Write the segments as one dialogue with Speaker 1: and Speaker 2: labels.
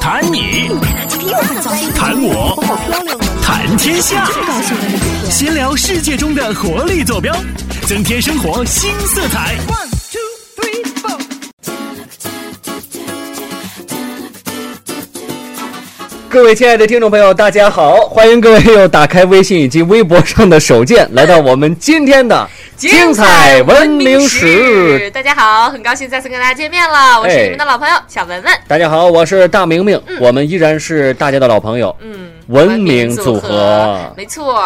Speaker 1: 谈你，谈我，谈天下，闲聊世界中的活力坐标，增添生活新色彩。
Speaker 2: 各位亲爱的听众朋友，大家好！欢迎各位又打开微信以及微博上的手贱，来到我们今天的精彩文明史。
Speaker 3: 大家好，很高兴再次跟大家见面
Speaker 2: 哎
Speaker 3: 了，我是你们的老朋友小文文。
Speaker 2: 大家好，我是大明明，我们依然是大家的老朋友。
Speaker 3: 嗯，
Speaker 2: 文明
Speaker 3: 组
Speaker 2: 组合
Speaker 3: 没错。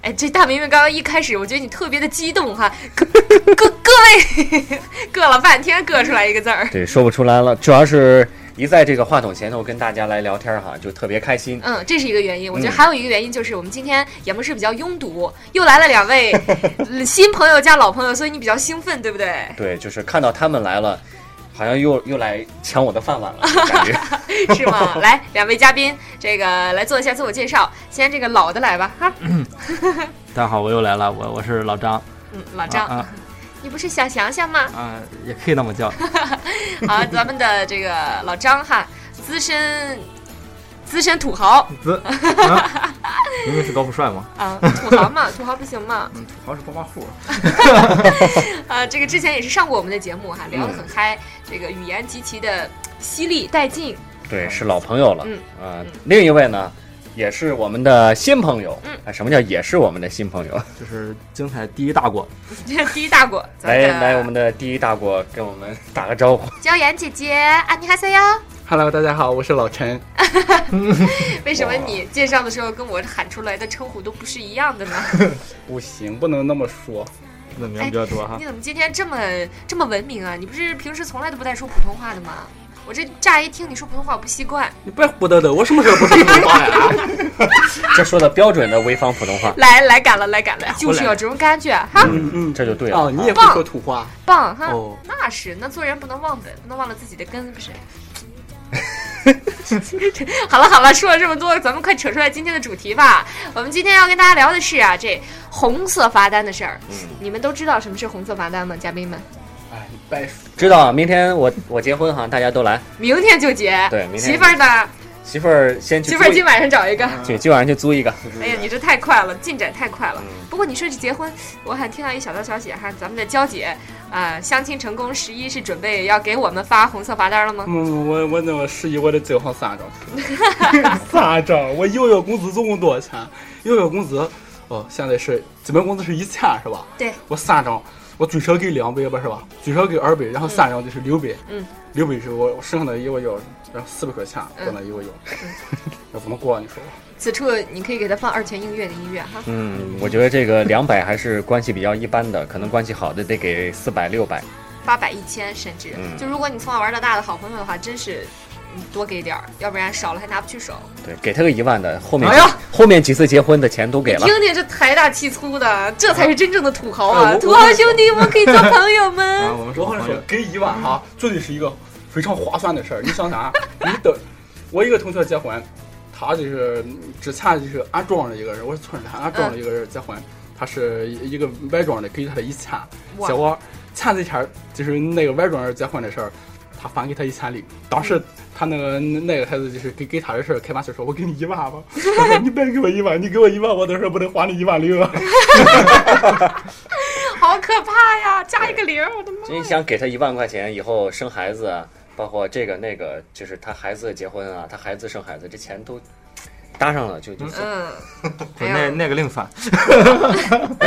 Speaker 3: 哎，这大明明刚刚一开始，我觉得你特别的激动哈，各各各位， 各了半天，各出来一个字儿。
Speaker 2: 对，说不出来了，主要是一在这个话筒前头跟大家来聊天哈，就特别开心。
Speaker 3: 嗯，这是一个原因。我觉得
Speaker 2: 嗯
Speaker 3: 还有一个原因就是我们今天演播室比较拥堵，又来了两 位呃新朋友加老朋友，所以你比较兴奋，对不 对？
Speaker 2: 对，就是看到他们来了，好像又又来抢我的饭 碗了，感觉。
Speaker 3: 是吗？来，两位嘉宾，这个来做一下自我介绍，先这个老的来吧，哈，
Speaker 4: 大家好，我又来了，我我是老张，
Speaker 3: 嗯，老张，
Speaker 4: 啊
Speaker 3: 你不是小翔翔吗？
Speaker 4: 啊啊，也可以那么 叫，
Speaker 3: 好，咱们的这个老张哈，资深资深土豪
Speaker 4: 子，啊、明明是高富帅嘛，
Speaker 3: 啊，土豪嘛，土豪不行嘛，
Speaker 4: 嗯，好像是暴发户，
Speaker 3: 啊，这个之前也是上过我们的节目哈，聊
Speaker 2: 嗯
Speaker 3: 得很嗨，这个语言极其的犀利带劲，
Speaker 2: 对，是老朋友了。
Speaker 3: 嗯嗯
Speaker 2: 啊、另一位呢，也是我们的新朋友。
Speaker 3: 嗯
Speaker 2: 啊，什么叫也是我们的新朋友？
Speaker 4: 就是精彩第一大国，
Speaker 3: 这第一大果，咱
Speaker 2: 来
Speaker 3: 的
Speaker 2: 来，我们的第一大国跟我们打个 招呼。
Speaker 3: 椒盐姐姐啊，你还塞哟。
Speaker 5: Hello，大家好，我是老陈。
Speaker 3: 为什么你介绍的时候跟我喊出来的称呼都不是一样的呢？
Speaker 5: 不行，不能那么说，
Speaker 4: 那名比较多
Speaker 5: 啊
Speaker 4: 哈
Speaker 3: 你，怎么今天这么这么文明啊？你不是平时从来都不带说普通话的吗？我这乍一听你说普通话，我不习惯。
Speaker 5: 你别胡嘚嘚，我什么时候不是普通话呀？
Speaker 2: 这说的标准的潍坊普通 话，
Speaker 3: 来来赶了，来赶
Speaker 5: 哎
Speaker 3: 了，就是要这种感觉哈，
Speaker 5: 嗯，
Speaker 2: 这就对了。
Speaker 5: 哦，你也
Speaker 2: 啊
Speaker 5: 会说土话？
Speaker 3: 棒哈。
Speaker 5: 哦，
Speaker 3: 那是，那做人不能忘本，不能忘了自己的根，不是？ 好了好了，说了这么多，咱们快扯出来今天的主题吧。我们今天要跟大家聊的是啊，这红色罚单的事儿。
Speaker 5: 嗯
Speaker 3: 你们都知道什么是红色罚单吗？嘉宾们，
Speaker 5: 哎，你别说，
Speaker 2: 知道啊，明天我我结婚哈，大家都来。
Speaker 3: 明天就结。
Speaker 2: 对明天
Speaker 3: 媳妇儿呢？
Speaker 2: 媳妇儿先去
Speaker 3: 媳
Speaker 2: 租
Speaker 3: 妇儿
Speaker 2: 一
Speaker 3: 今晚上找一个。
Speaker 5: 嗯
Speaker 2: 对，今晚上去租一个。
Speaker 3: 哎呀，你这太快了，进展太快了
Speaker 2: 嗯。
Speaker 3: 不过你说起结婚，我还听到一小道消息哈，咱们的娇姐啊、相亲成功，十一是准备要给我们发红色罚单了吗？
Speaker 5: 嗯，我我怎么十一我得最好三张， 三张，我又有工资，总共多少钱？又有工资，哦，现在是基本工资是一千是吧？
Speaker 3: 对，
Speaker 5: 我三张，我最少给两百吧是吧？最少给二百，然后三张就是六百，
Speaker 3: 嗯，
Speaker 5: 六百是我我剩下的一个要，然后呃四百块钱我那一个要，
Speaker 3: 嗯
Speaker 5: 那怎么过啊？你说吧。
Speaker 3: 此处你可以给他放二泉映月的音乐哈。
Speaker 2: 嗯，我觉得这 个两百还是关系比较一般的，可能关系好的得给四百六百。
Speaker 3: 八百、一千，甚至、
Speaker 2: 嗯
Speaker 3: 就如果你从小玩到大的好朋友的话，真是你多给点儿，要不然少了还拿不去手。
Speaker 2: 对，给他个一万的，后面、
Speaker 3: 哎呀
Speaker 2: 后面几次结婚的钱都给了
Speaker 3: 听。听这财大气粗的，这才是真正的土豪
Speaker 5: 哎
Speaker 3: 啊！
Speaker 2: 嗯
Speaker 5: 我
Speaker 3: 土豪兄弟们可以做朋友
Speaker 4: 啊，
Speaker 3: 们。
Speaker 4: 我们是
Speaker 5: 我
Speaker 4: 好
Speaker 5: 跟你
Speaker 4: 朋
Speaker 5: 说
Speaker 4: 友，，
Speaker 5: 给一万哈、绝对是一个非常划算的事儿。你想想啊，你等我一个同学结婚，他就是嗯之前就是俺庄的一个人，我是村里俺庄
Speaker 4: 嗯
Speaker 5: 的一个人结婚，他是一个外庄的，给他了一千，
Speaker 3: 哇
Speaker 5: 结果前几天儿就是那个外庄人结婚的事儿。他反给他一千六，当
Speaker 4: 嗯
Speaker 5: 时他那个那个孩子就是给给他的事儿开玩笑说：“我给你一万吧。” 我说：“你别给我一万，你给我一万，我到时候不能还你一万六啊。”
Speaker 3: 好可怕呀！加一个零儿，我的妈！
Speaker 2: 你想给他一万块钱，以后生孩子啊，包括这个那个，就是他孩子结婚啊，他孩子生孩子，这钱都搭上了，就就
Speaker 3: 嗯，
Speaker 4: 对
Speaker 3: 哎
Speaker 4: 那
Speaker 3: 呦
Speaker 4: 那个另算，嗯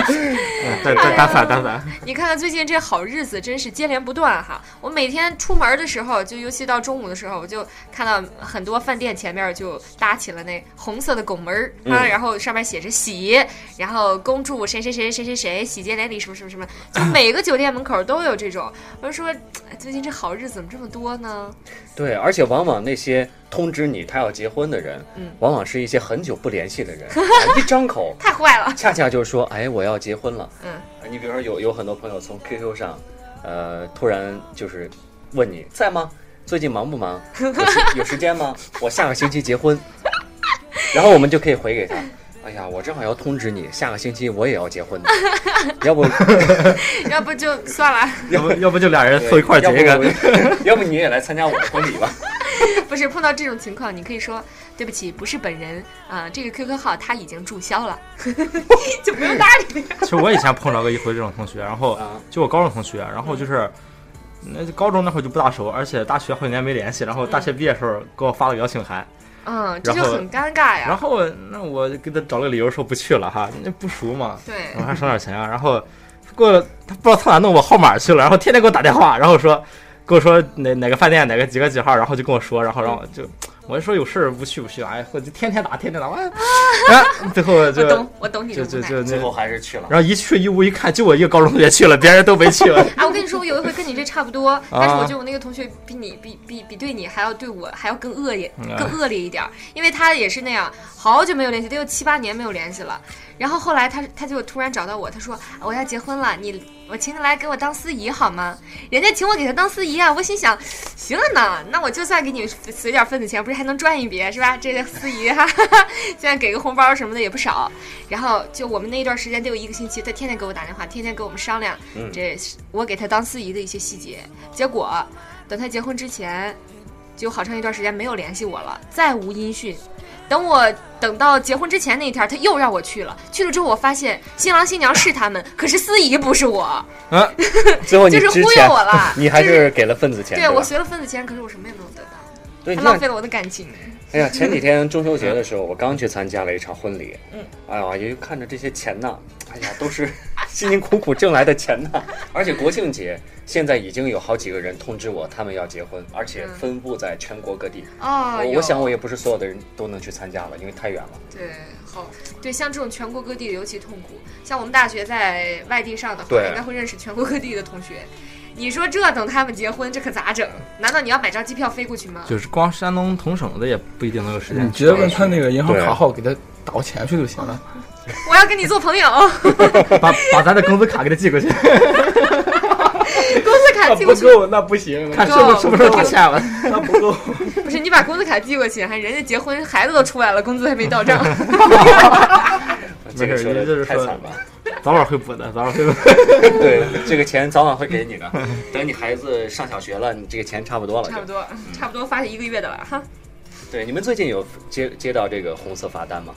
Speaker 4: 单单单算单算，
Speaker 3: 你看看最近这好日子真是接连不断哈！我每天出门的时候，就尤其到中午的时候，我就看到很多饭店前面就搭起了那红色的拱门儿、啊，
Speaker 2: 嗯
Speaker 3: 然后上面写着“喜”，然后恭祝谁谁谁谁谁谁喜结连理什么什么什么，就每个酒店门口都有这种。我就说，哎最近这好日子怎么这么多呢？
Speaker 2: 对，而且往往那些通知你他要结婚的人，
Speaker 3: 嗯
Speaker 2: 往往是一些很久不联系的 人，啊一张口
Speaker 3: 太坏了！
Speaker 2: 恰恰就说，哎，我要结婚了。
Speaker 3: 嗯
Speaker 2: 啊，你比如说有有很多朋友从 QQ 上，呃，突然就是问你在吗？最近忙不忙？有时有时间吗？我下个星期结婚，然后我们就可以回给他。哎呀，我正好要通知你，下个星期我也要结 婚呢，要 不
Speaker 3: 要不就算了，
Speaker 4: 要不要不就俩人凑一块儿结一
Speaker 2: 要
Speaker 4: 个，
Speaker 2: 不，要不你也来参加我的婚礼吧？
Speaker 3: 不是碰到这种情况，你可以说对不起，不是本人啊、这个 QQ 号他已经注销了， 就不用搭理。
Speaker 4: 其实我以前碰着过一回这种同学，然后
Speaker 2: 啊
Speaker 4: 就我高中同学，然后就是。那就高中那会儿就不大熟，而且大学好几年没联系，然后大学毕业的时候给我发了个邀请函，
Speaker 3: 嗯，这就
Speaker 4: 然后
Speaker 3: 很尴尬
Speaker 4: 然
Speaker 3: 呀。
Speaker 4: 后那我就给他找了个理由说不去了哈，那不熟嘛，
Speaker 3: 对
Speaker 4: 我，还省点钱啊。然后给我他不知道他哪弄我号码去了，然后天天给我打电话，然后说跟我说哪哪个饭店哪个几个几号，然后就跟我说，然后让我就我就说有事儿不去不去，哎，我就天天打天天打，哎，哎最后
Speaker 3: 啊我
Speaker 4: 就
Speaker 3: 懂，我懂你
Speaker 4: 就
Speaker 3: 的
Speaker 4: 就
Speaker 3: 无奈。
Speaker 4: 就
Speaker 2: 最
Speaker 4: 那
Speaker 2: 后。还是去了。
Speaker 4: 然后一去义乌一看，就我一个高中同学去了，别人都没去了。
Speaker 3: 啊，我跟你说，我有一回跟你这差不多，但是我觉得我那个同学比你比比比对你还要对我还要更恶劣，
Speaker 4: 嗯
Speaker 3: 更恶劣一点儿，因为他也是那样，好久没有联系，得有七八年没有联系了。然后后来他他就突然找到我，他说啊我要结婚了，你我请你来给我当司仪好吗？人家请我给他当司仪啊，我心想，行了呢，那我就算给你随点份子钱，不是还能赚一笔是吧？这个司仪哈哈哈， 现在给个红包什么的也不少。然后就我们那一段时间得有一个星期，他天天给我打电话，天天跟我们商量，
Speaker 2: 嗯
Speaker 3: 这是我给他当司仪的一些细节。结果等他结婚之前，就好长一段时间没有联系我了，再无音讯。等我等到结婚之前那一天，他又让我去了。去了之后，我发现新郎新娘是他们，可是司仪不是我，
Speaker 2: 最哦后你
Speaker 3: 就是
Speaker 2: 之
Speaker 3: 忽悠
Speaker 2: 前
Speaker 3: 我了
Speaker 2: 你还
Speaker 3: 就是
Speaker 2: 给了哎份子钱，
Speaker 3: 对我
Speaker 2: 吧？
Speaker 3: 随了份子钱，可是我什么也没有得到，
Speaker 2: 对，
Speaker 3: 还
Speaker 2: 你
Speaker 3: 浪
Speaker 2: 看
Speaker 3: 费了我的感情。
Speaker 2: 哎呀，前几天中秋节的 时候，我刚去参加了一场婚礼。
Speaker 3: 嗯，
Speaker 2: 哎呀，也就看着这些钱呐，哎呀，都是 辛辛苦苦挣来的钱 呐。而且国庆节现在已经有好几个人通知我他们要结婚，而且
Speaker 3: 嗯
Speaker 2: 分布在全国各地。
Speaker 3: 啊，
Speaker 2: 我
Speaker 3: 有
Speaker 2: 我想我也不是哦所有的人都能去参加了，因为太远了。
Speaker 3: 对，好，对，像这种全国各地的尤其痛苦。像我们大学在外地上的话，
Speaker 2: 对
Speaker 3: 应该会认识全国各地的同学。你说这等他们结婚，这可咋整？难道你要买张机票飞过去吗？
Speaker 4: 就是光山东同省的也不一定能有时
Speaker 5: 你
Speaker 4: 间
Speaker 5: 直
Speaker 4: 去。
Speaker 5: 接问他那个银行
Speaker 2: 对
Speaker 5: 卡号，给他打过钱去就行了。
Speaker 3: 我要跟你做朋友，工
Speaker 4: 把把咱的工资卡给他寄 过去，
Speaker 3: 资卡
Speaker 5: 那
Speaker 3: 寄
Speaker 5: 不
Speaker 3: 过去，
Speaker 5: 够，那不行，
Speaker 4: 看是不是是不是打欠了。
Speaker 5: 那不够。
Speaker 3: 不是你把工资卡寄过去，还人家结婚，孩子都出来了，工资还没到账。
Speaker 2: 这个
Speaker 4: 事
Speaker 2: 说
Speaker 4: 也就是
Speaker 2: 的太
Speaker 4: 说
Speaker 2: 惨了。
Speaker 4: 早晚会补的，早晚会补。
Speaker 2: 对，这个钱早晚会给 你的。等你孩子上小学了，你这个钱差不多了就。
Speaker 3: 差不多，差不多发一个月的了哈。
Speaker 2: 对，你们最近有接接到这个红色罚单吗？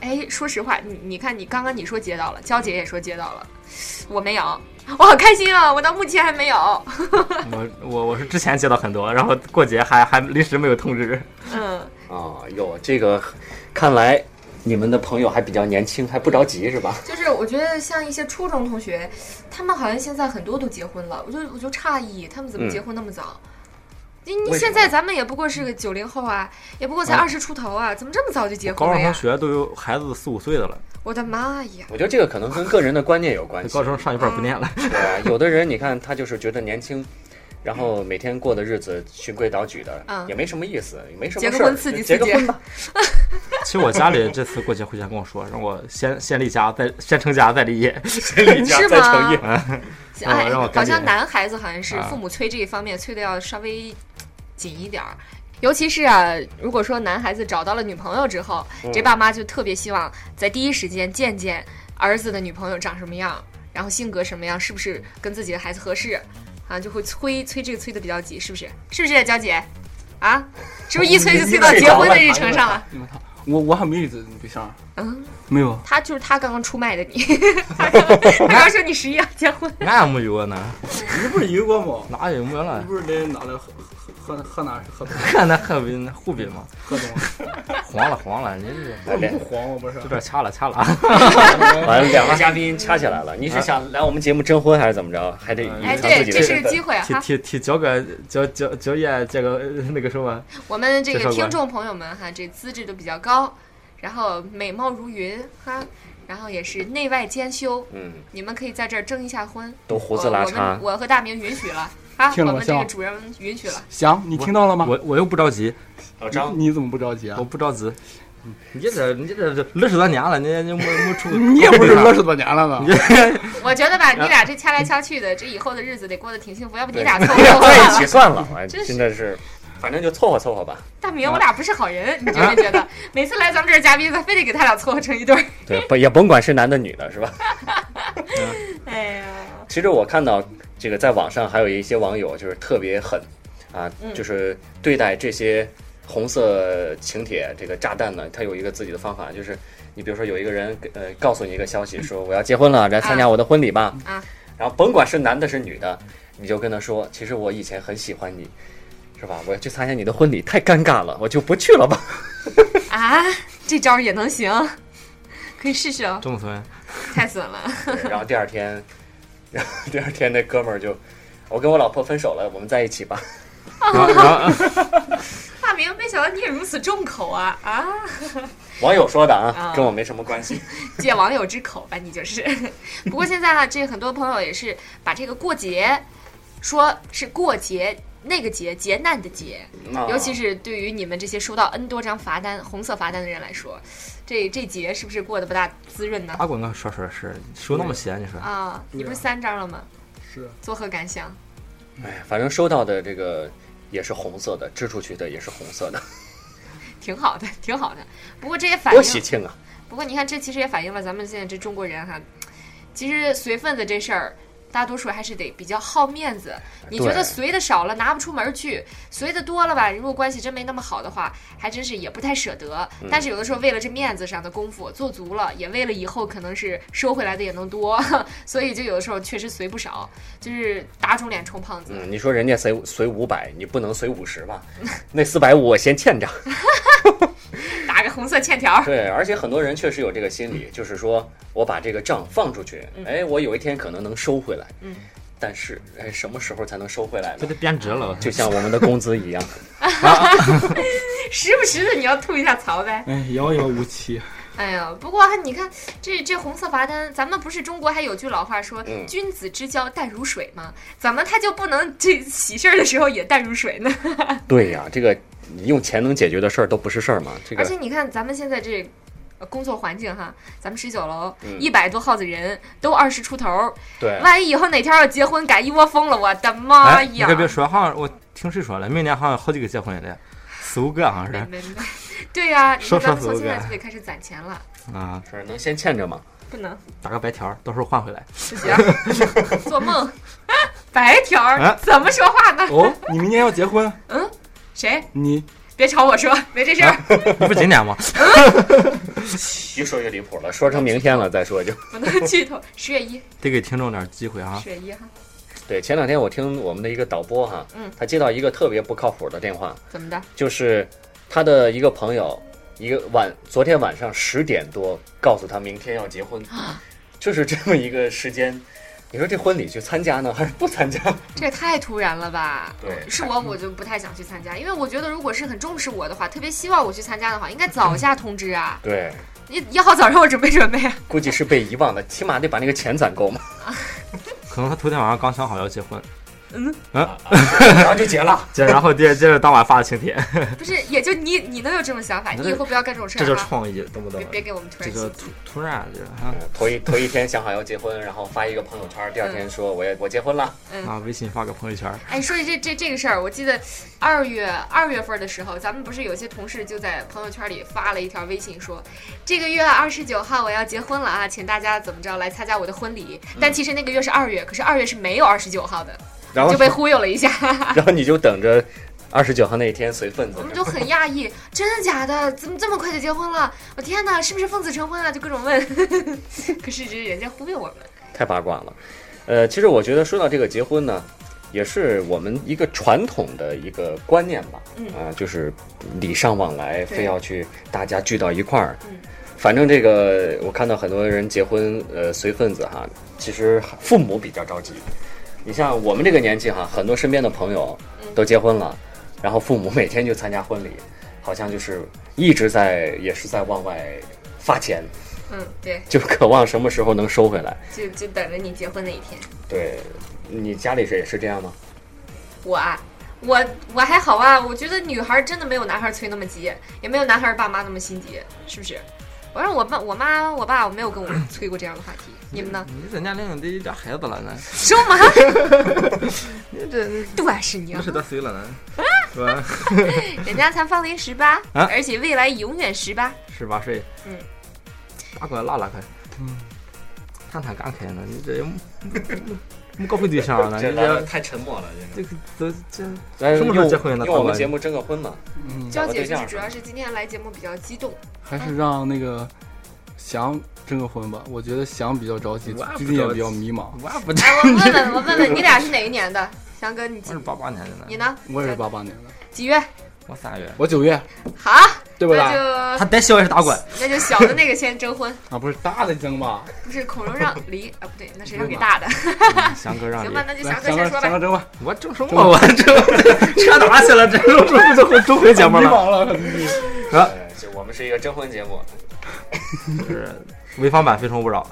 Speaker 3: 哎，说实话，你你看，你刚刚你说接到了，娇姐也说接到了，我没有，我好开心啊！我到目前还没有。
Speaker 4: 我我我是之前接到很多，然后过节还还临时没有通知。
Speaker 3: 嗯，
Speaker 2: 啊，有这个，看来你们的朋友还比较年轻，还不着急是吧？
Speaker 3: 就是我觉得像一些初中同学，他们好像现在很多都结婚了，我就我就诧异他们怎么结婚那么早。你
Speaker 2: 为什
Speaker 3: 你
Speaker 2: 么
Speaker 3: 现在咱们也不过是个九零后啊，也不过才二十出头啊，怎么这么早就结婚
Speaker 4: 高
Speaker 3: 了
Speaker 4: 中同
Speaker 3: 呀？
Speaker 4: 学都有孩子四五岁的了，
Speaker 3: 我的妈呀！
Speaker 2: 我觉得这个可能跟个人的观念有关 系
Speaker 4: 高。中上一半不念了。
Speaker 2: 对啊，有的人你看他就是觉得年轻，然后每天过的日子循规蹈矩的，
Speaker 3: 嗯
Speaker 2: 也没什么意思，也没什么
Speaker 3: 结个
Speaker 2: 事儿
Speaker 3: 婚刺激
Speaker 2: 就
Speaker 3: 刺
Speaker 2: 结
Speaker 3: 激
Speaker 2: 个婚 吧。
Speaker 4: 其实我家里这次过节回家跟我说，让我先先立家，再先成家再立 业。
Speaker 2: 先离家
Speaker 3: 是
Speaker 2: 再成
Speaker 3: 吗
Speaker 2: 业，
Speaker 4: 让我
Speaker 3: 哎
Speaker 4: 嗯让我，
Speaker 3: 好
Speaker 4: 赶紧
Speaker 3: 像男孩子好像是
Speaker 4: 啊
Speaker 3: 父母催这一方面催的要稍微紧一点儿。尤其是啊，如果说男孩子找到了女朋友之后，
Speaker 4: 嗯
Speaker 3: 这爸妈就特别希望在第一时间见见儿子的女朋友长什么样，然后性格什么样，是不是跟自己的孩子合适，啊，就会催催这个催的比较急，是不是？是不是，娇姐？啊，是不是一催就催到结婚的日程上 了？
Speaker 5: 你们看，我我还没有这种对象，
Speaker 3: 嗯，
Speaker 5: 没有。
Speaker 3: 他就是他刚刚出卖的你， 他刚刚他刚说你十一要结婚，
Speaker 4: 那没有呢，
Speaker 5: 你不是有过吗？
Speaker 4: 哪有没了
Speaker 3: 嗯
Speaker 5: 你？不是来拿来喝喝喝喝哪喝东
Speaker 4: 看那河北那湖北嘛，
Speaker 5: 喝东西？
Speaker 4: 黄了黄了，你这
Speaker 5: 我
Speaker 2: 哎
Speaker 5: 不黄吗？不是
Speaker 4: 有。点掐了掐了。
Speaker 3: 啊
Speaker 2: 完了哎两个嘉宾掐起来了。你是想来我们节目征婚还是怎么着？还得隐
Speaker 4: 嗯
Speaker 3: 哎，
Speaker 2: 藏
Speaker 3: 对
Speaker 2: 自，己
Speaker 3: 这
Speaker 2: 的
Speaker 3: 是
Speaker 2: 身
Speaker 3: 个
Speaker 2: 份
Speaker 3: 机。会啊
Speaker 4: 替
Speaker 3: 哈。
Speaker 4: 替替交个交交交业这个呃那个什么，
Speaker 3: 我们这
Speaker 4: 介
Speaker 3: 个
Speaker 4: 绍过
Speaker 3: 听众朋友们哈，这资质都比较高，然后美貌如云哈，然后也是内外兼修，
Speaker 2: 嗯，
Speaker 3: 你哦们可以在这儿征一下婚。
Speaker 2: 都胡子拉
Speaker 3: 我我
Speaker 2: 碴
Speaker 3: 们。我和大明允许了啊，
Speaker 5: 听
Speaker 3: 我
Speaker 5: 了
Speaker 3: 们这
Speaker 5: 吗
Speaker 3: 个
Speaker 5: 笑
Speaker 3: 主人允许了。
Speaker 5: 行，你听到了吗？
Speaker 4: 我我又不着急，
Speaker 2: 老
Speaker 5: 你
Speaker 2: 张，
Speaker 5: 你怎么不着急啊
Speaker 4: 我？不着急。你这你这这乐十多年了，你你没没出，
Speaker 5: 你也不是二十多年了吗？
Speaker 3: 我觉得吧， 你俩这掐来掐去的，这以后的日子得过得挺幸福，要不你俩凑合
Speaker 2: 你俩
Speaker 3: 凑合
Speaker 2: 在 一
Speaker 3: 吧
Speaker 2: 起。算了，哎
Speaker 3: 真是
Speaker 2: 真的是，反正就凑合凑合吧。
Speaker 3: 大明，我俩不是好人，你觉没觉
Speaker 5: 啊
Speaker 3: 得？ 每次来咱们这儿嘉宾，咱非得给他俩凑合成一 对儿。
Speaker 2: 对，不也甭管是男的女的，是吧？
Speaker 3: 哎呀，
Speaker 2: 其实我看到这个在网上还有一些网友就是特别狠，啊
Speaker 3: 嗯，
Speaker 2: 就是对待这些红色请帖这个炸弹呢，它有一个自己的方法，就是你比如说有一个人给呃告诉你一个消息，说我要结婚了，来参加我的婚礼吧，
Speaker 3: 啊
Speaker 2: 然后甭管是男的是女的，你就跟他说，其实我以前很喜欢你。是吧？我要去参加你的婚礼，太尴尬了，我就不去了 吧。
Speaker 3: 啊，这招儿也能行，可以试试哦，
Speaker 4: 这 么孙，
Speaker 3: 太损了。
Speaker 2: 对然后第二天， 然后第二天那哥们儿就，我跟我老婆分手了，我们在一起吧。
Speaker 4: 然后啊然后
Speaker 3: 大明，没想到你也如此重口啊啊！
Speaker 2: 网友说的啊
Speaker 3: 啊，
Speaker 2: 跟我没什么关系。
Speaker 3: 借网友之口吧，你就是。 不过现在啊，这很多朋友也是把这个过节，说是过节那个节劫难的劫，
Speaker 2: 啊
Speaker 3: 尤其是对于你们这些收到 n 多张罚单、红色罚单的人来说，这这节是不是过得不大滋润
Speaker 2: 啊
Speaker 3: 呢？
Speaker 4: 阿滚哥说说是说那么闲，你说
Speaker 3: 啊，你不是三张了吗？
Speaker 5: 是
Speaker 3: 作何感想？
Speaker 2: 哎，反正收到的这个也是红色的，支出去的也是红色的，
Speaker 3: 挺好的，挺好的。不过这也反
Speaker 2: 多喜
Speaker 3: 映，
Speaker 2: 庆啊！
Speaker 3: 不过你看，这其实也反映了咱们现在这中国人哈，其实随份子这事儿，大多数还是得比较好面子。你觉得随的少了拿不出门儿去，随的多了吧？如果关系真没那么好的话，还真是也不太舍得。但是有的时候为了这面子上的功夫做足了，也为了以后可能是收回来的也能多， 所以就有的时候确实随不少，就是打肿脸充胖子。
Speaker 2: 嗯，你说人家随随五百，你不能随五十 吧？那四百五我先欠着。
Speaker 3: 打个红色欠条儿，
Speaker 2: 对，而且很多人确实有这个心理，就是说我把这个账放出去，哎，我有一天可能能收回来。
Speaker 3: 嗯，
Speaker 2: 但是哎，什么时候才能收回来
Speaker 4: 这
Speaker 2: 呢？
Speaker 4: 都贬值了，我
Speaker 2: 就像我们的工资 一样。
Speaker 3: 时不时的你要吐一下槽呗。
Speaker 5: 哎，遥遥无期。
Speaker 3: 哎呀，不过你看这这红色罚单，咱们不是中国还有句老话说“
Speaker 2: 嗯
Speaker 3: 君子之交淡如水”吗？怎么他就不能这喜事儿的时候也淡如水呢？
Speaker 2: 对呀、这个你用钱能解决的事儿都不是事儿嘛。这
Speaker 3: 而
Speaker 2: 个
Speaker 3: 且你看咱们现在这呃工作环境哈，咱们十九楼
Speaker 2: 嗯
Speaker 3: 一百、多号子人都二十出头儿，
Speaker 2: 对，
Speaker 3: 万一以后哪天要结婚赶一窝蜂了，我的妈
Speaker 4: 哎哎，你
Speaker 3: 呀！
Speaker 4: 可别说，好像我听谁说了，明年好像有好几个结婚的，四五个好像
Speaker 3: 没
Speaker 4: 是
Speaker 3: 没没，对呀、你
Speaker 4: 说
Speaker 3: 说咱
Speaker 4: 说
Speaker 3: 们从
Speaker 4: 死
Speaker 3: 现在
Speaker 4: 我
Speaker 3: 就得开始攒钱了，
Speaker 4: 啊，
Speaker 2: 是能先欠着嘛？
Speaker 3: 不 能
Speaker 4: 打个白条，到时候换回来。
Speaker 3: 不行，做梦。 白条儿
Speaker 4: 哎
Speaker 3: 怎么说话呢？
Speaker 5: 哦，你明年要结婚？
Speaker 3: 谁？
Speaker 5: 你
Speaker 3: 别朝我说，没这事儿，
Speaker 4: 你不今年吗？
Speaker 2: 越说越离谱了，说成明天了再说就。
Speaker 3: 不能剧透。 十月一，
Speaker 4: 得给听众点机会啊
Speaker 3: 十！月一哈，
Speaker 2: 对，前两天我听我们的一个导播哈，
Speaker 3: 嗯
Speaker 2: 他接到一个特别不靠谱的电话，
Speaker 3: 怎么的？
Speaker 2: 就是他的一个朋友，一个晚昨天晚上十点多告诉他明天要结婚，就是这么一个时间。你说这婚礼去参加呢，还是不参加？
Speaker 3: 这也太突然了吧？
Speaker 2: 对
Speaker 3: 是我我就不太想去参加，因为我觉得如果是很重视我的话，特别希望我去参加的话，应该早下通知啊，
Speaker 2: 对，
Speaker 4: 嗯
Speaker 3: 也也好早让我准备准备 啊。
Speaker 2: 估计是被遗忘的，起码得把那个钱攒够嘛，
Speaker 4: 可能他头天晚上刚想好要结婚，
Speaker 2: 然后就结了。
Speaker 4: 接然后接 接着当晚发的请帖，
Speaker 3: 不是，啊也就你你能有这种想法，
Speaker 4: 那
Speaker 3: 你以后不要干这种事
Speaker 4: 这就
Speaker 3: 儿
Speaker 4: 是
Speaker 3: 哈。
Speaker 4: 创意，懂不懂啊
Speaker 3: 别？别给我们突
Speaker 4: 这
Speaker 3: 然
Speaker 4: 就
Speaker 3: 信
Speaker 4: 突突然就是啊
Speaker 2: 嗯头一头一天想好要结婚，然后发一个朋友圈，第二天说我也我结婚了，
Speaker 4: 啊！微信发个朋友圈，
Speaker 3: 哎，说起这这这个事儿，我记得二月二月份的时候，咱们不是有些同事就在朋友圈里发了一条微信说，这个月二十九号我要结婚了啊，请大家怎么着来参加我的婚礼。
Speaker 2: 嗯
Speaker 3: 但其实那个月是二月，可是二月是没有二十九号的，
Speaker 2: 然后
Speaker 3: 就被忽悠了一下，
Speaker 2: 然后你就等着二十九号那一天随份子
Speaker 3: 我。们就很讶异，真的假的？怎么这么快就结婚了？我天哪，是不是奉子成婚啊？就各种问， 可是这人家忽悠我们。
Speaker 2: 太八卦了。呃，其实我觉得说到这个结婚呢，也是我们一个传统的一个观念吧，
Speaker 3: 嗯
Speaker 2: 啊、就是礼尚往来，
Speaker 3: 对
Speaker 2: 非要去大家聚到一块儿。
Speaker 3: 嗯
Speaker 2: 反正这个我看到很多人结婚，呃，随份子哈，其实父母比较着急。你像我们这个年纪哈，很多身边的朋友
Speaker 3: 嗯
Speaker 2: 都结婚了，然后父母每天就参加婚礼，好像就是一直在也是在往外发钱，
Speaker 3: 嗯，对，
Speaker 2: 就渴望什么时候能收回来。
Speaker 3: 就就等着你结婚那一天。
Speaker 2: 对，你家里是也是这样吗？
Speaker 3: 我啊，我我还好啊，我觉得女孩真的没有男孩催那么急，也没有男孩爸妈那么心急，是不是？我让我爸、我妈、我爸，我没有跟我催过这样的话题。你们呢？
Speaker 4: 你这年龄得要孩子了呢，
Speaker 3: 什么？
Speaker 4: 你这
Speaker 3: 段是娘
Speaker 4: 六，十多岁了呢，是
Speaker 3: 啊
Speaker 4: 吧？
Speaker 3: 人家才芳龄十八，
Speaker 4: 啊
Speaker 3: 而且未来永远十八。
Speaker 4: 十八岁，
Speaker 3: 嗯，
Speaker 4: 大哥拉拉开，嗯，探探干开呢，你这这么高贵对象呢？
Speaker 2: 这
Speaker 4: 人
Speaker 2: 聊
Speaker 4: 家
Speaker 2: 得太沉默了，
Speaker 4: 这个这这
Speaker 2: 这
Speaker 4: 什么时候结婚呢
Speaker 2: 用我
Speaker 4: 唐
Speaker 2: 们
Speaker 4: 老
Speaker 2: 节目征个婚嘛？
Speaker 5: 嗯，
Speaker 3: 娇
Speaker 2: 找个
Speaker 3: 姐
Speaker 2: 对
Speaker 3: 就
Speaker 2: 象
Speaker 3: 是主要是今天来节目比较激动，
Speaker 5: 还是让那个翔征个婚吧。我觉得翔比较着急
Speaker 4: 我也，不
Speaker 5: 最近也
Speaker 4: 着急
Speaker 5: 比较迷茫。
Speaker 4: 我也不
Speaker 3: 哎，我问问，我问问你俩是哪一年的？翔哥，你几
Speaker 4: 我是八八年的
Speaker 3: 你
Speaker 4: 呢，
Speaker 3: 呢？
Speaker 5: 我也是八八年的，
Speaker 3: 几月？
Speaker 4: 我三月，
Speaker 5: 我九月，
Speaker 3: 好，
Speaker 5: 对不
Speaker 3: 那
Speaker 5: 啦？
Speaker 4: 他
Speaker 3: 就
Speaker 4: 带小也是打滚，
Speaker 3: 那就小的那个先征婚，
Speaker 5: 啊，不是大的征吧？
Speaker 3: 不是孔融让梨啊，不对，那谁让给大的？
Speaker 4: 翔哥让
Speaker 3: 行
Speaker 4: 你，
Speaker 3: 吧，那就
Speaker 5: 来
Speaker 3: 翔，哥
Speaker 5: 翔哥，
Speaker 3: 先说
Speaker 5: 翔哥
Speaker 3: 吧。
Speaker 5: 征吧。
Speaker 4: 我正什么我这扯哪去了？这又这这回这回节目
Speaker 5: 迷
Speaker 4: 了。
Speaker 5: 茫了，
Speaker 4: 啊
Speaker 2: 呃，就我们是一个征婚节目，
Speaker 4: 就是潍坊版《非诚勿扰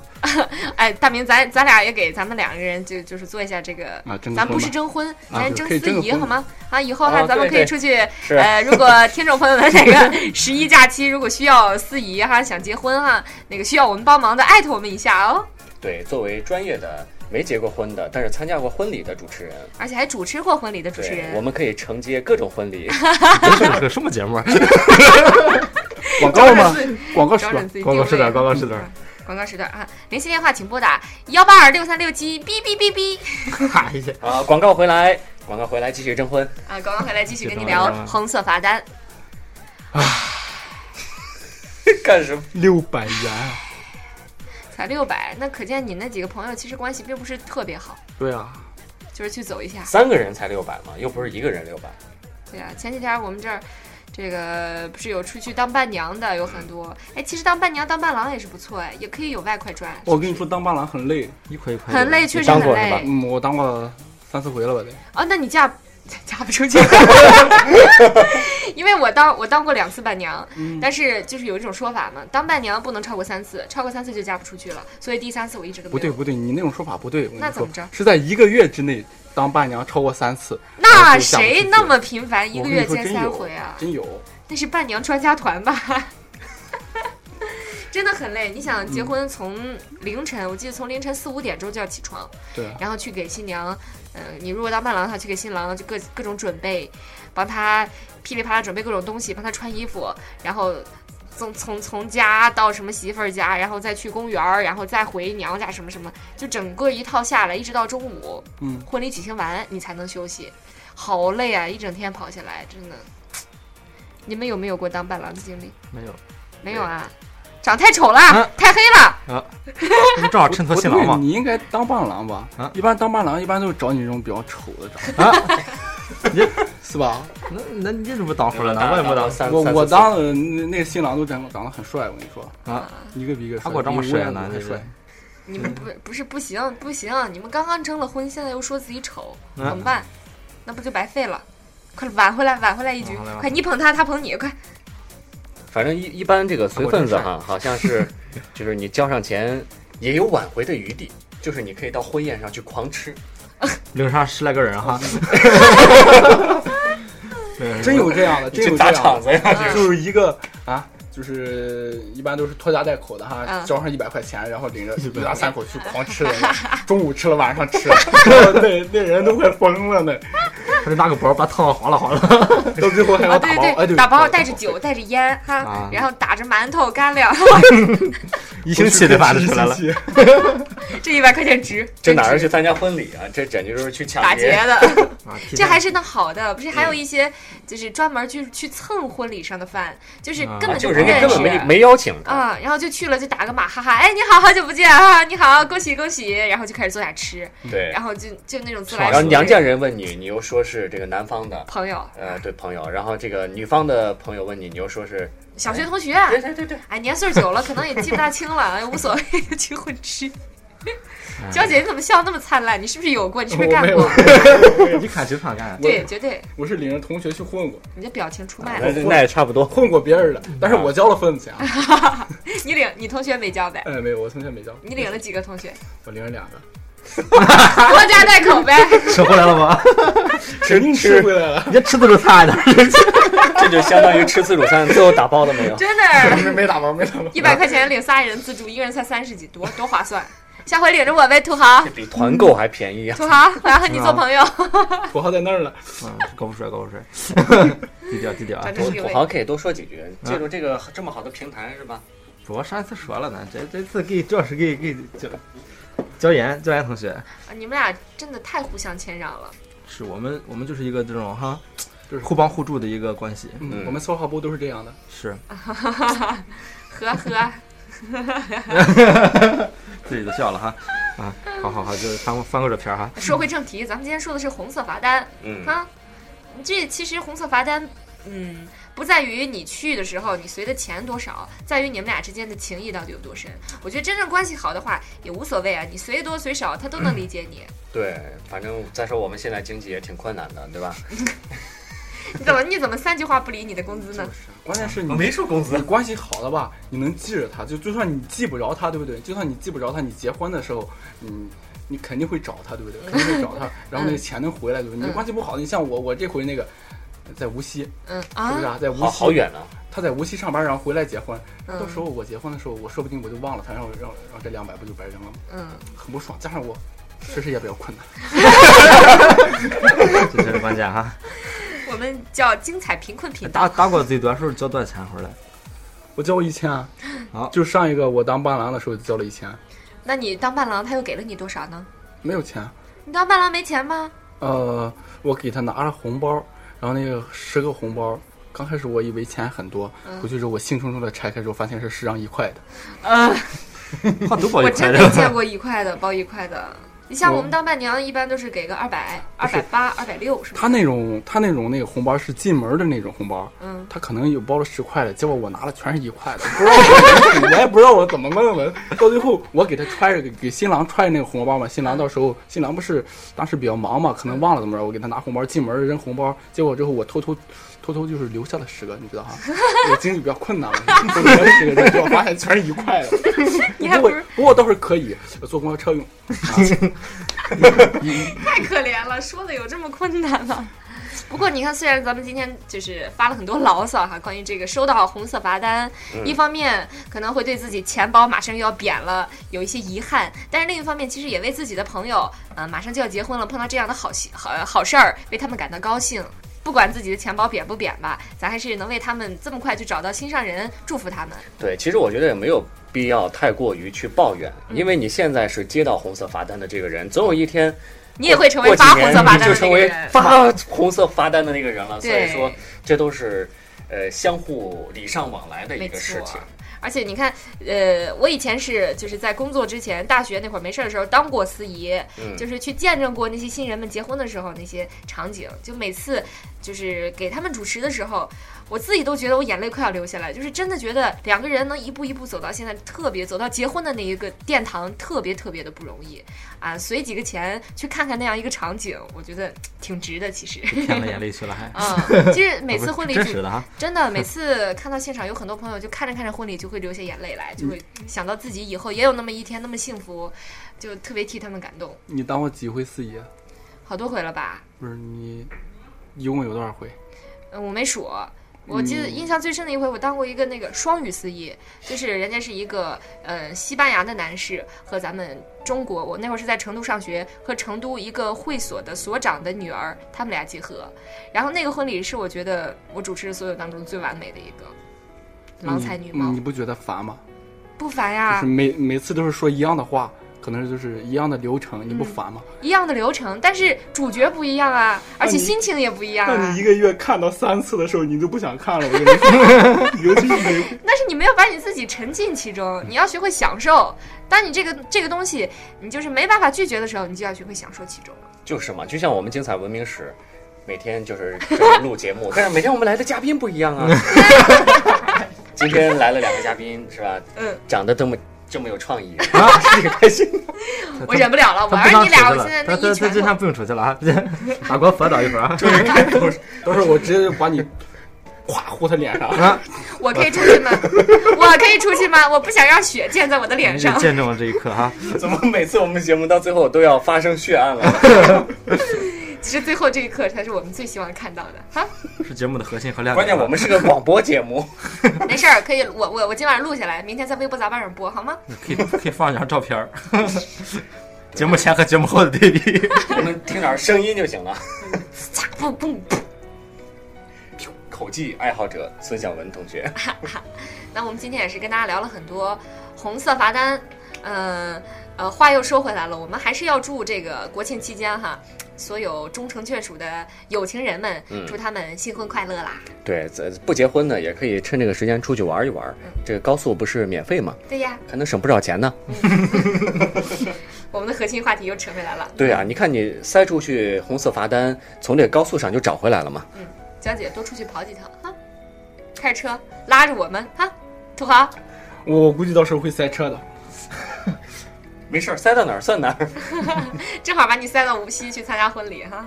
Speaker 3: 哎，大明，咱咱俩也给咱们两个人就就是做一下这个
Speaker 5: 啊征个
Speaker 3: 咱不
Speaker 5: 婚
Speaker 3: 是
Speaker 5: 吧
Speaker 3: 征婚，咱征
Speaker 5: 可以
Speaker 3: 司
Speaker 5: 征个
Speaker 3: 仪
Speaker 5: 婚
Speaker 3: 好吗？啊，以后
Speaker 2: 哦
Speaker 3: 哈，咱们
Speaker 2: 对
Speaker 3: 可以
Speaker 2: 对
Speaker 3: 出去。
Speaker 2: 是
Speaker 3: 呃，如果听众朋友们哪个 十一假期如果需要司仪哈，想结婚哈，那个需要我们帮忙的，艾特我们一下哦。
Speaker 2: 对，作为专业的没结过婚的，但是参加过婚礼的主持人，
Speaker 3: 而且还主持过婚礼的主持
Speaker 2: 对，
Speaker 3: 人，
Speaker 2: 我们可以承接各种 婚礼。》，
Speaker 4: 这是个什么节目？
Speaker 5: 广告吗
Speaker 3: 招人？
Speaker 5: 广告是
Speaker 3: 找
Speaker 5: 吧
Speaker 3: 准？自己
Speaker 4: 广告时
Speaker 3: 定位
Speaker 4: 段，广告时段。
Speaker 3: 嗯广告时段啊！联系电话请拨打幺八二六三六七，哔哔哔哔。
Speaker 4: 哎呀，
Speaker 2: 啊，广告回来，广告回来，继续征婚。
Speaker 3: 啊，广告回来继续跟你
Speaker 4: 接着
Speaker 3: 聊
Speaker 4: 玩
Speaker 3: 红色罚单。
Speaker 2: 干什么？
Speaker 5: 六百元啊！
Speaker 3: 才六百，那可见你那几个朋友其实关系并不是特别好，
Speaker 5: 对啊，
Speaker 3: 就是去走一下。
Speaker 2: 三个人才六百嘛，又不是一个人六百。
Speaker 3: 对啊，前几天我们这儿。这个不是有出去当伴娘的有很多，哎，其实当伴娘、当伴郎也是不错哎，也可以有外快赚，
Speaker 5: 我跟你说，当伴郎很累，
Speaker 4: 一块一块，
Speaker 3: 很累，。确实
Speaker 2: 当
Speaker 3: 很
Speaker 2: 过是吧
Speaker 3: 累。
Speaker 5: 嗯，我当过三四回了吧得。
Speaker 3: 哦，那你嫁 嫁不 出去，因为我当我当过两次伴娘，
Speaker 5: 嗯
Speaker 3: 但是就是有一种说法嘛，当伴娘不能超过三次，超过三次就嫁不出去了，所以第三次我一直都没
Speaker 5: 不对
Speaker 3: 有。
Speaker 5: 不对，你那种说法不对。我跟你
Speaker 3: 那怎么
Speaker 5: 说
Speaker 3: 着
Speaker 5: 是在一个月之内当伴娘超过三次，
Speaker 3: 那
Speaker 5: 我就嫁不出
Speaker 3: 谁
Speaker 5: 去
Speaker 3: 那么频繁，一
Speaker 5: 我
Speaker 3: 个
Speaker 5: 跟你
Speaker 3: 月
Speaker 5: 说
Speaker 3: 见
Speaker 5: 真
Speaker 3: 三
Speaker 5: 有
Speaker 3: 回啊？
Speaker 5: 真有。
Speaker 3: 那是伴娘专家团吧？ 真的很累。你想结婚从凌晨，我记得从凌晨四五点钟就要起床，
Speaker 5: 对啊，
Speaker 3: 然后去给新娘，嗯、你如果当伴郎的话，去给新郎就各各种准备，帮他噼里啪啦准备各种东西，帮他穿衣服，然后从从从家到什么媳妇儿家，然后再去公园儿，然后再回娘家什么什么，就整个一套下来，一直到中午
Speaker 5: 嗯，
Speaker 3: 婚礼举行完，你才能休息，好累啊！一整天跑下来，真的。你们有没有过当伴郎的经历？
Speaker 4: 没有，
Speaker 3: 没有啊，长太丑了，
Speaker 4: 啊
Speaker 3: 太黑了。
Speaker 4: 这不正好衬托
Speaker 5: 不
Speaker 4: 新郎
Speaker 5: 对
Speaker 4: 吗？
Speaker 5: 你应该当伴郎吧？
Speaker 4: 啊
Speaker 5: 一般当伴郎一般都是找你这种比较丑的 找，
Speaker 4: 啊，
Speaker 5: 是吧？
Speaker 4: 那那你这啊不当夫了呢？我也没
Speaker 2: 当
Speaker 4: 当。
Speaker 2: 三
Speaker 5: 我
Speaker 2: 三
Speaker 5: 我
Speaker 2: 四次
Speaker 5: 当的那那个新郎都长长得很帅，我跟你说
Speaker 4: 啊，
Speaker 5: 一个比一个帅。
Speaker 4: 他给我当过
Speaker 5: 比
Speaker 4: 帅啊
Speaker 5: 乌鸦
Speaker 4: 呢
Speaker 5: 都还
Speaker 4: 这是
Speaker 5: 帅。
Speaker 3: 你们不不是不行不行，啊你们刚刚征了婚，现在又说自己丑，
Speaker 4: 嗯
Speaker 3: 怎么办？那不就白费了？快挽回来，挽回来一局
Speaker 4: 挽回来！
Speaker 3: 快，你捧他，他捧你，快！
Speaker 2: 反正一一般这个随份子
Speaker 4: 啊
Speaker 2: 哈，好像是 就是你交上钱也有挽回的余地，就是你可以到婚宴上去狂吃。
Speaker 4: 领上十来个人 哈。
Speaker 5: 真有 这 样的，真有
Speaker 2: 去
Speaker 5: 这
Speaker 2: 砸
Speaker 5: 样的
Speaker 2: 场。子呀！
Speaker 5: 就是一个啊，就是一般都是拖家带口的哈，
Speaker 3: 嗯
Speaker 5: 交上一百块钱，然后领着一家三口去狂吃，中午吃了晚上吃，然后那那人都快疯了呢，
Speaker 4: 还得拿个包把汤划拉划拉。
Speaker 5: 到最后还要
Speaker 3: 啊，
Speaker 5: 打
Speaker 3: 对
Speaker 5: 包，哎对，
Speaker 3: 打包带着酒，带着烟哈
Speaker 4: 啊，
Speaker 3: 然后打着馒头干粮，
Speaker 4: 一星期的饭都出来了。
Speaker 5: 一星期
Speaker 3: 这一百块钱值，
Speaker 2: 这
Speaker 3: 真
Speaker 2: 哪儿是
Speaker 3: 值
Speaker 2: 去参加婚礼啊？这简直就是去抢
Speaker 3: 打劫的？
Speaker 4: 啊
Speaker 3: 这还是那好的，不是还有一些就是专门去去蹭婚礼上的饭，就是
Speaker 4: 啊
Speaker 3: 根本
Speaker 2: 就
Speaker 3: 不
Speaker 2: 人家
Speaker 3: 认
Speaker 2: 根
Speaker 3: 识
Speaker 2: 本。没没邀请他，
Speaker 3: 啊、然后就去了，就打个马，哈哈，哎，你好，好久不见啊，你好，恭喜恭喜，然后就开始坐下吃，
Speaker 2: 对
Speaker 3: 然。后就就那种自来
Speaker 2: 然
Speaker 3: 熟
Speaker 2: 后
Speaker 3: 的
Speaker 2: 娘家人问你，你又说是这个南方的，
Speaker 3: 朋友、
Speaker 2: 呃，对朋友。然后这个女方的朋友问你，你又说是
Speaker 3: 小学同学，
Speaker 2: 对对对，
Speaker 3: 哎，年岁久了，可能也记不大清了，哎，无所谓， 就去混吃。
Speaker 2: 哎
Speaker 3: 娇姐，你怎么笑那么灿烂？你是不是有过？你是不是干过？
Speaker 4: 你看这饭干？
Speaker 3: 对，绝对，
Speaker 5: 我是领着同学去混过，
Speaker 3: 你的表情出卖
Speaker 2: 那
Speaker 3: 了。
Speaker 2: 那那也差不多。
Speaker 5: 混过别人的，但是我交了份子钱啊，
Speaker 3: 你领你同学没交呗？
Speaker 5: 哎没有，我同学没交，
Speaker 3: 你领了几个同 学？
Speaker 5: 我领了两个，
Speaker 3: 拖家带口呗。
Speaker 4: 吃回来了吗？
Speaker 5: 肯定吃回来了，
Speaker 4: 人家吃的都差的。
Speaker 2: 这就相当于吃自助 餐，最后打包了没有？
Speaker 3: 真 的，
Speaker 5: 没没打包没打包，
Speaker 3: 一百块钱领仨人自助，一个人才三十几，多多划算。下回领着我呗，土豪
Speaker 2: 这，比团购还便宜啊！
Speaker 3: 土豪，我要和你做朋友。啊
Speaker 5: 土豪在那儿了，
Speaker 4: 嗯，高富帅，高富 帅，低调低调啊
Speaker 3: 咱！这
Speaker 2: 土
Speaker 3: 是有
Speaker 2: 土豪可以多说几句，借助这个这
Speaker 3: 啊
Speaker 2: 么好的平台是吧？
Speaker 4: 主要上一次说了呢，这这次给主要是给给就椒盐椒盐同学，
Speaker 3: 你们俩真的太互相谦让了。
Speaker 4: 是我们我们就是一个这种哈，
Speaker 5: 就是
Speaker 4: 互帮互助的一个关系。
Speaker 5: 嗯
Speaker 2: 嗯，
Speaker 5: 我们策划部都是这样的。
Speaker 4: 是
Speaker 3: 呵呵，
Speaker 4: 自己都笑了哈啊，好好好，就是翻过翻过这篇儿哈。
Speaker 3: 说回正题，咱们今天说的是红色罚单
Speaker 2: 嗯，
Speaker 3: 啊。这其实红色罚单，嗯，不在于你去的时候你随的钱多少，在于你们俩之间的情谊到底有多深。我觉得真正关系好的话也无所谓啊，你随多随少他都能理解你。
Speaker 2: 对，反正再说我们现在经济也挺困难的，对吧？
Speaker 3: 你怎么你怎么三句话不理你的工资呢？
Speaker 5: 关键是你
Speaker 2: 说工
Speaker 5: 你关系好了吧，你能记着他，就就算你记不着他，对不对？就算你记不着他，你结婚的时候，你你肯定会找他，对不对？肯定会找他，然后那个钱能回来，对不对？
Speaker 3: 嗯
Speaker 5: 你关系不好，你像我，我这回那个在无锡，是
Speaker 3: 嗯
Speaker 5: 不是
Speaker 3: 啊，
Speaker 5: 啊？在无
Speaker 2: 好
Speaker 5: 锡
Speaker 2: 好，远啊！
Speaker 5: 他在无锡上班，然后回来结婚。
Speaker 3: 嗯
Speaker 5: 到时候我结婚的时候，我说不定我就忘了他，然后然后然后这两百不就白扔了吗？
Speaker 3: 嗯，
Speaker 5: 很不爽，加上我。确实也比较困难，
Speaker 4: 这才是关键哈。
Speaker 3: 我们叫精彩贫困频道。
Speaker 4: 打打过最多是不是交多少钱回来？
Speaker 5: 我交一千啊
Speaker 4: 好，
Speaker 5: 就上一个我当伴郎的时候就交了一千，
Speaker 3: 那你当伴郎他又给了你多少呢？
Speaker 5: 没有钱，
Speaker 3: 你当伴郎没钱吗？
Speaker 5: 呃，我给他拿了红包，然后那个十个红包，刚开始我以为钱很多，回去之后我兴冲冲的拆开之后，发现是十张一块的。
Speaker 3: 呃，
Speaker 4: 花多宝
Speaker 3: 我
Speaker 4: 一块
Speaker 3: 真
Speaker 4: 的嗯
Speaker 3: 没，见过一块的包一块的。你像
Speaker 5: 我
Speaker 3: 我们当伴娘，一般都是给个二百、二百八、二百六，是吧？
Speaker 5: 他那种他那种那个红包是进门的那种红包，
Speaker 3: 嗯，
Speaker 5: 他可能有包了十块的，结果我拿了全是一块的，不知道我怎么弄我也不知道我怎么弄的。到最后我给他揣着给给新郎揣着那个红包嘛，新郎到时候新郎不是当时比较忙嘛，可能忘了怎么着，我给他拿红包进门扔红包，结果之后我偷偷偷偷就是留下了十个，你知道哈， 我经济比较困难嘛，我留下了十个之后结果发现全是一块的。
Speaker 3: 你还
Speaker 5: 不
Speaker 3: 不
Speaker 5: 过
Speaker 3: 是
Speaker 5: 不过倒是可以坐公交车用，
Speaker 3: 太可怜了，说的有这么困难吗？不过你看，虽然咱们今天就是发了很多牢骚哈，关于这个收到红色罚单，
Speaker 2: 嗯
Speaker 3: 一方面可能会对自己钱包马上又要扁了有一些遗憾，但是另一方面，其实也为自己的朋友，呃，马上就要结婚了，碰到这样的好戏好好事儿，为他们感到高兴。不管自己的钱包扁不扁吧，咱还是能为他们这么快就找到心上人，祝福他们。
Speaker 2: 对，其实我觉得也没有必要太过于去抱怨，因
Speaker 3: 嗯
Speaker 2: 为你现在是接到红色罚单的这个人，总有一天
Speaker 3: 你也会成为
Speaker 2: 过几
Speaker 3: 发红
Speaker 2: 年
Speaker 3: 色罚
Speaker 2: 你
Speaker 3: 单的
Speaker 2: 就
Speaker 3: 那
Speaker 2: 成
Speaker 3: 个
Speaker 2: 为
Speaker 3: 人。
Speaker 2: 发 红色罚单的那个人了。所以
Speaker 3: 对
Speaker 2: 说，这都是呃相互礼尚往来的一个事
Speaker 3: 没错
Speaker 2: 情。
Speaker 3: 而且你看，呃，我以前是就是在工作之前，大学那会儿没事儿的时候当过司仪，
Speaker 2: 嗯
Speaker 3: 就是去见证过那些新人们结婚的时候那些场景。就每次就是给他们主持的时候，我自己都觉得我眼泪快要流下来，就是真的觉得两个人能一步一步走到现在，特别走到结婚的那一个殿堂，特别特别的不容易啊！随几个钱去看看那样一个场景，我觉得挺值的，其实。
Speaker 4: 舔了眼泪去了还。
Speaker 3: 嗯，其实每次婚礼
Speaker 4: 真
Speaker 3: 主
Speaker 4: 实的哈，
Speaker 3: 真的，每次看到现场有很多朋友，就看着看着婚礼就会流下眼泪来，就会想到自己以后也有那么一天那么幸福，就特别替他们感动，
Speaker 5: 你当过几回司仪啊？
Speaker 3: 好多回了吧？
Speaker 5: 不是你一共有多少回？
Speaker 3: 嗯，我没数，我记得
Speaker 5: 嗯
Speaker 3: 印象最深的一回，我当过一个那个双语司仪，就是人家是一个呃西班牙的男士和咱们中国，我那会儿是在成都上学，和成都一个会所的所长的女儿，他们俩结合，然后那个婚礼是我觉得我主持的所有当中最完美的一个。
Speaker 5: 嗯
Speaker 3: 郎才女貌
Speaker 5: 你，你不觉得烦吗？
Speaker 3: 不烦呀、
Speaker 5: 就是每每次都是说一样的话，可能就是一样的流程，你不烦吗？
Speaker 3: 一样的流程，但是主角不一样啊，
Speaker 4: 哦
Speaker 3: 而且
Speaker 5: 你
Speaker 3: 心情也不一样
Speaker 5: 那
Speaker 3: 啊
Speaker 5: 你一。个月看到三次的时候，你都不想看了，我跟你说， 尤其是每
Speaker 3: 但是你没有把你自己沉浸其
Speaker 4: 嗯
Speaker 3: 中，你要学会享受。当你这个这个东西，你就是没办法拒绝的时候，你就要学会享受其中了。
Speaker 2: 就是嘛，就像我们精彩文明史。每天就是这么录节目， 但是每天我们来的嘉宾不一 样啊。今天来了两个嘉宾是吧？
Speaker 3: 嗯，
Speaker 2: 长得这么这么有 创意，
Speaker 4: 啊
Speaker 2: 这个开心。
Speaker 3: 我忍不了了，我
Speaker 4: 他不
Speaker 3: 让
Speaker 4: 想
Speaker 3: 你
Speaker 4: 出去
Speaker 3: 俩，我
Speaker 4: 了
Speaker 3: 现在，那
Speaker 4: 他
Speaker 3: 一
Speaker 4: 他他
Speaker 3: 拳
Speaker 4: 这
Speaker 3: 头
Speaker 4: 下不用出去了啊， 打光佛导一会儿啊。
Speaker 5: 到时候我直接就把你咵呼他脸上。
Speaker 4: 啊，
Speaker 3: 我 可以出去吗？我可以出去吗？我不想让血溅在我的脸
Speaker 4: 你得
Speaker 3: 上。
Speaker 4: 见证了这一刻哈。
Speaker 2: 怎么每次我们节目到最后都要发生血案了？
Speaker 3: 其实最后这一刻才是我们最希望看到的 哈。
Speaker 4: 是节目的核心和亮
Speaker 2: 关
Speaker 4: 点。
Speaker 2: 键我们是个广播节目，
Speaker 3: 没事儿，可以，我我我今晚上录下来，明天在微博杂报上播好吗？
Speaker 4: 可以可以放一张照片儿， 节目前和节目后的对比。
Speaker 2: 我们听点声音就行了。
Speaker 3: 嚓嘣嘣嘣。
Speaker 2: 口技爱好者孙晓文同学，
Speaker 3: 那我们今天也是跟大家聊了很多红色罚单，嗯呃，话又说回来了，我们还是要祝这个国庆期间哈，所有终成眷属的有情人们，
Speaker 2: 嗯
Speaker 3: 祝他们新婚快乐啦！
Speaker 2: 对，这不结婚的也可以趁这个时间出去玩一玩。这个高速不是免费吗？
Speaker 3: 对呀，
Speaker 2: 还能省不少钱呢。
Speaker 3: 我们的核心话题又扯回来了。
Speaker 2: 对啊，你看你塞出去红色罚单，从这个高速上就找回来了嘛。
Speaker 3: 娇姐多出去跑几趟哈，开车拉着我们哈，土豪，
Speaker 5: 我估计到时候会塞车的。
Speaker 2: 没事儿，塞到哪儿算哪儿。
Speaker 3: 正好把你塞到无锡去参加婚礼哈。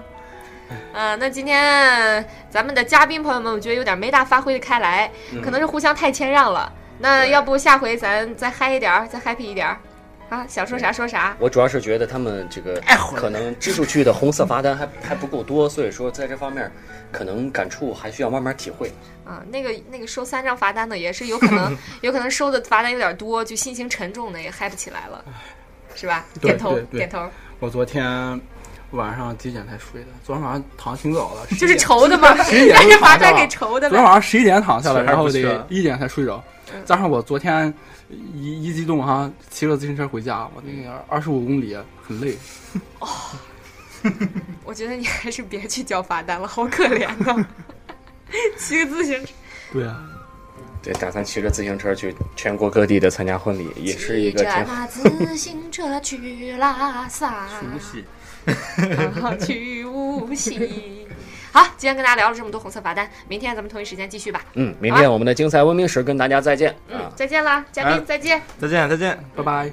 Speaker 3: 呃，那今天咱们的嘉宾朋友们，我觉得有点没大发挥的开来，可能是互相太谦让了。那要不下回咱再嗨一点儿，再 happy 一点儿，啊，想说啥说啥。
Speaker 2: 我主要是觉得他们这个可能支出去的红色罚单还还不够多，所以说在这方面可能感触还需要慢慢体会。
Speaker 3: 啊，那个那个收三张罚单的也是有可 能，有可能收的罚单有点多，就心情沉重的也嗨不起来了，是吧？
Speaker 5: 对
Speaker 3: 点头
Speaker 5: 对对
Speaker 3: 点头，
Speaker 5: 我昨天晚上几点才睡的？昨天晚上躺挺早的，
Speaker 3: 就是
Speaker 5: 11点
Speaker 3: 愁的嘛，
Speaker 5: 11
Speaker 3: 但
Speaker 5: 点
Speaker 3: 是
Speaker 5: 就
Speaker 3: 罚
Speaker 5: 躺下
Speaker 3: 单
Speaker 5: 了
Speaker 3: 给愁的
Speaker 5: 昨天
Speaker 3: 嘛。
Speaker 5: 晚上十一点躺下
Speaker 4: 确
Speaker 5: 了，
Speaker 4: 实
Speaker 5: 然后
Speaker 4: 不去
Speaker 5: 得
Speaker 4: 啊
Speaker 5: 一点才睡着。
Speaker 3: 嗯
Speaker 5: 加上我昨天一一激动哈，骑着自行车回家，我那个二十五公里很累。
Speaker 3: 我觉得你还是别去交罚单了，好可怜 呐。骑个自行车，
Speaker 5: 对啊，
Speaker 2: 对，打算骑着自行车去全国各地的参加婚礼，也是一个
Speaker 3: 骑着
Speaker 2: 挺好。
Speaker 3: 那自行车去拉萨，啊去无锡。好，今天跟大家聊了这么多红色罚单，明天咱们同一时间继续吧。
Speaker 2: 嗯，明天我们的精彩文明史跟大家再见啊。
Speaker 3: 嗯，再见啦，嘉
Speaker 4: 哎
Speaker 3: 宾，再见。
Speaker 4: 再见，再见。
Speaker 5: 拜拜。